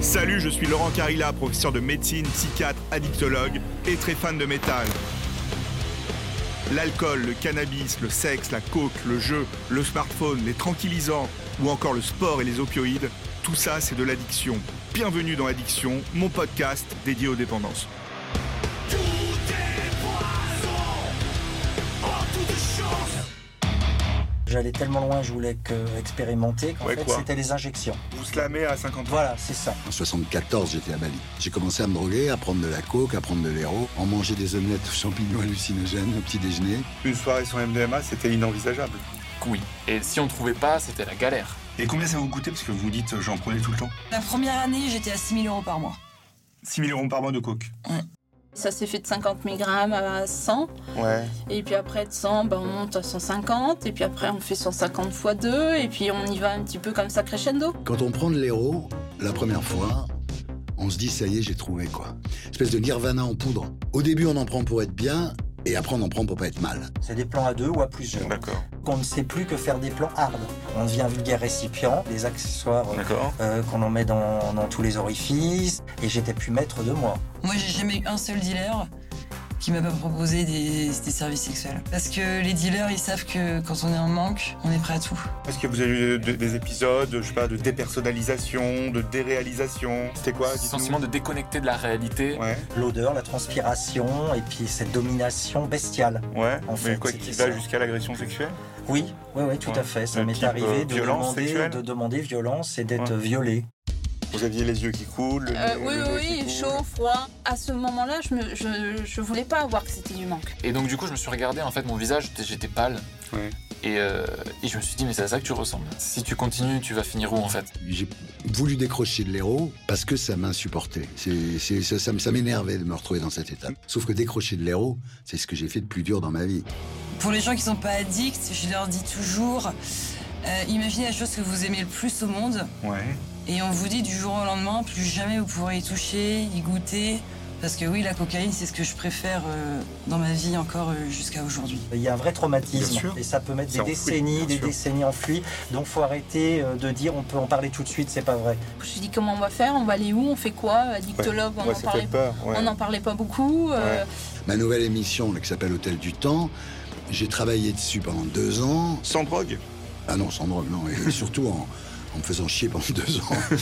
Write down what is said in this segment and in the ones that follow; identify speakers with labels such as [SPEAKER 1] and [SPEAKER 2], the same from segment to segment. [SPEAKER 1] Salut, je suis Laurent Carilla, professeur de médecine, psychiatre, addictologue et très fan de métal. L'alcool, le cannabis, le sexe, la coke, le jeu, le smartphone, les tranquillisants ou encore le sport et les opioïdes, tout ça c'est de l'addiction. Bienvenue dans Addiction, mon podcast dédié aux dépendances.
[SPEAKER 2] J'allais tellement loin, je voulais que expérimenter qu'en
[SPEAKER 1] Ouais,
[SPEAKER 2] fait
[SPEAKER 1] quoi
[SPEAKER 2] c'était les injections.
[SPEAKER 1] Vous slamez à 50
[SPEAKER 2] Voilà, c'est ça.
[SPEAKER 3] En 74, j'étais à Bali. J'ai commencé à me droguer, à prendre de la coke, à prendre de l'héro, en manger des omelettes aux champignons hallucinogènes au petit déjeuner.
[SPEAKER 1] Une soirée sans MDMA, c'était inenvisageable.
[SPEAKER 4] Oui. Et si on trouvait pas, c'était la galère.
[SPEAKER 1] Et combien ça vous coûtait Parce que vous dites euh, j'en prenais tout le temps.
[SPEAKER 5] La première année, j'étais à 6 000 euros par mois.
[SPEAKER 1] 6 000 euros par mois de coke.
[SPEAKER 6] Ça s'est fait de 50 000 grammes à 100.
[SPEAKER 1] Ouais.
[SPEAKER 6] Et puis après de 100, ben, on monte à 150. Et puis après, on fait 150 fois 2. Et puis on y va un petit peu comme ça crescendo.
[SPEAKER 3] Quand on prend de l'héro, la première fois, on se dit ça y est, j'ai trouvé quoi. Espèce de nirvana en poudre. Au début, on en prend pour être bien, et après, on en prend pour pas être mal.
[SPEAKER 2] C'est des plans à deux ou à plusieurs.
[SPEAKER 1] D'accord.
[SPEAKER 2] Qu'on ne sait plus que faire des plans hard. On devient vulgaire récipient, des accessoires euh,
[SPEAKER 1] D'accord.
[SPEAKER 2] euh, qu'on en met dans, dans tous les orifices. Et j'étais plus maître de moi.
[SPEAKER 5] Moi, j'ai jamais eu un seul dealer qui m'a pas proposé des, des services sexuels. Parce que les dealers, ils savent que quand on est en manque, on est prêt à tout.
[SPEAKER 1] Est-ce que vous avez eu de- des épisodes, je sais pas, de dépersonnalisation, de déréalisation C'était quoi
[SPEAKER 4] Ce
[SPEAKER 1] dites-nous
[SPEAKER 4] sentiment de déconnecter de la réalité.
[SPEAKER 1] Ouais,
[SPEAKER 2] L'odeur, la transpiration, et puis cette domination bestiale.
[SPEAKER 1] ouais.
[SPEAKER 2] En fait,
[SPEAKER 1] mais quoi
[SPEAKER 2] c'est
[SPEAKER 1] qui
[SPEAKER 2] ça.
[SPEAKER 1] va jusqu'à l'agression sexuelle
[SPEAKER 2] Oui, oui, oui, tout
[SPEAKER 1] Ouais.
[SPEAKER 2] à fait. Ça
[SPEAKER 1] Le
[SPEAKER 2] m'est
[SPEAKER 1] type, euh,
[SPEAKER 2] arrivé de
[SPEAKER 1] violence
[SPEAKER 2] demander,
[SPEAKER 1] sexuelle
[SPEAKER 2] de demander violence et d'être
[SPEAKER 1] Ouais.
[SPEAKER 2] violé.
[SPEAKER 1] Vous aviez les yeux qui coulent le-
[SPEAKER 6] Euh,
[SPEAKER 1] le
[SPEAKER 6] oui,
[SPEAKER 1] nez
[SPEAKER 6] oui,
[SPEAKER 1] qui
[SPEAKER 6] oui,
[SPEAKER 1] coule.
[SPEAKER 6] chaud, froid. À ce moment-là, je, me, je, je voulais pas avoir que c'était du manque.
[SPEAKER 4] Et donc du coup, je me suis regardé, en fait, mon visage, j'étais- j'étais pâle.
[SPEAKER 1] Ouais.
[SPEAKER 4] Et, euh, et je me suis dit, mais c'est à ça que tu ressembles. Si tu continues, tu vas finir où en fait
[SPEAKER 3] J'ai voulu décrocher de l'héro parce que ça m'insupportait. C'est- c'est- Ça, ça, me- ça m'énervait de me retrouver dans cet état. Sauf que décrocher de l'héro, c'est ce que j'ai fait de plus dur dans ma vie.
[SPEAKER 5] Pour les gens qui sont pas addicts, je leur dis toujours euh, imaginez la chose que vous aimez le plus au monde.
[SPEAKER 1] Ouais.
[SPEAKER 5] Et on vous dit du jour au lendemain, plus jamais vous pourrez y toucher, y goûter. Parce que oui, la cocaïne, c'est ce que je préfère euh, dans ma vie encore euh, jusqu'à aujourd'hui.
[SPEAKER 2] Il y a un vrai
[SPEAKER 1] Bien
[SPEAKER 2] traumatisme
[SPEAKER 1] sûr.
[SPEAKER 2] et ça peut mettre
[SPEAKER 1] C'est enfoui,
[SPEAKER 2] des décennies,
[SPEAKER 1] bien
[SPEAKER 2] des
[SPEAKER 1] sûr.
[SPEAKER 2] décennies enfouies. Donc faut arrêter euh, de dire on peut en parler tout de suite, c'est pas vrai.
[SPEAKER 6] Je me suis dit comment on va faire, on va aller où, on fait quoi, addictologue, on
[SPEAKER 1] Ouais,
[SPEAKER 6] en
[SPEAKER 1] ça
[SPEAKER 6] parlait
[SPEAKER 1] fait peur. Ouais.
[SPEAKER 6] On n'en parlait pas beaucoup. euh,
[SPEAKER 3] Ma nouvelle émission, là, qui s'appelle Hôtel du Temps, j'ai travaillé dessus pendant deux ans.
[SPEAKER 1] Sans drogue
[SPEAKER 3] Ah non, sans drogue, non. Et surtout en, en me faisant chier pendant deux ans.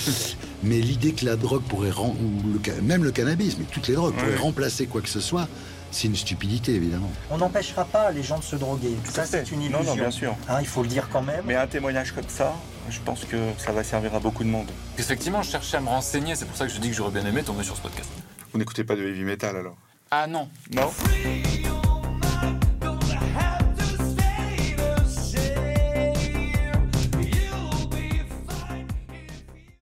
[SPEAKER 3] mais l'idée que la drogue pourrait rem- ou le ca- même le cannabis, mais toutes les drogues, pourraient
[SPEAKER 1] Ouais.
[SPEAKER 3] remplacer quoi que ce soit, c'est une stupidité, évidemment.
[SPEAKER 2] On n'empêchera pas les gens de se droguer. Ça, c'est une illusion.
[SPEAKER 1] Non, non, bien sûr.
[SPEAKER 2] Hein, il faut le dire quand même.
[SPEAKER 1] Mais un témoignage comme ça, je pense que ça va servir à beaucoup de monde.
[SPEAKER 4] Effectivement, je cherchais à me renseigner, c'est pour ça que je dis que j'aurais bien aimé tomber sur ce podcast.
[SPEAKER 1] Vous n'écoutez pas de heavy metal alors
[SPEAKER 4] Ah non,
[SPEAKER 1] Non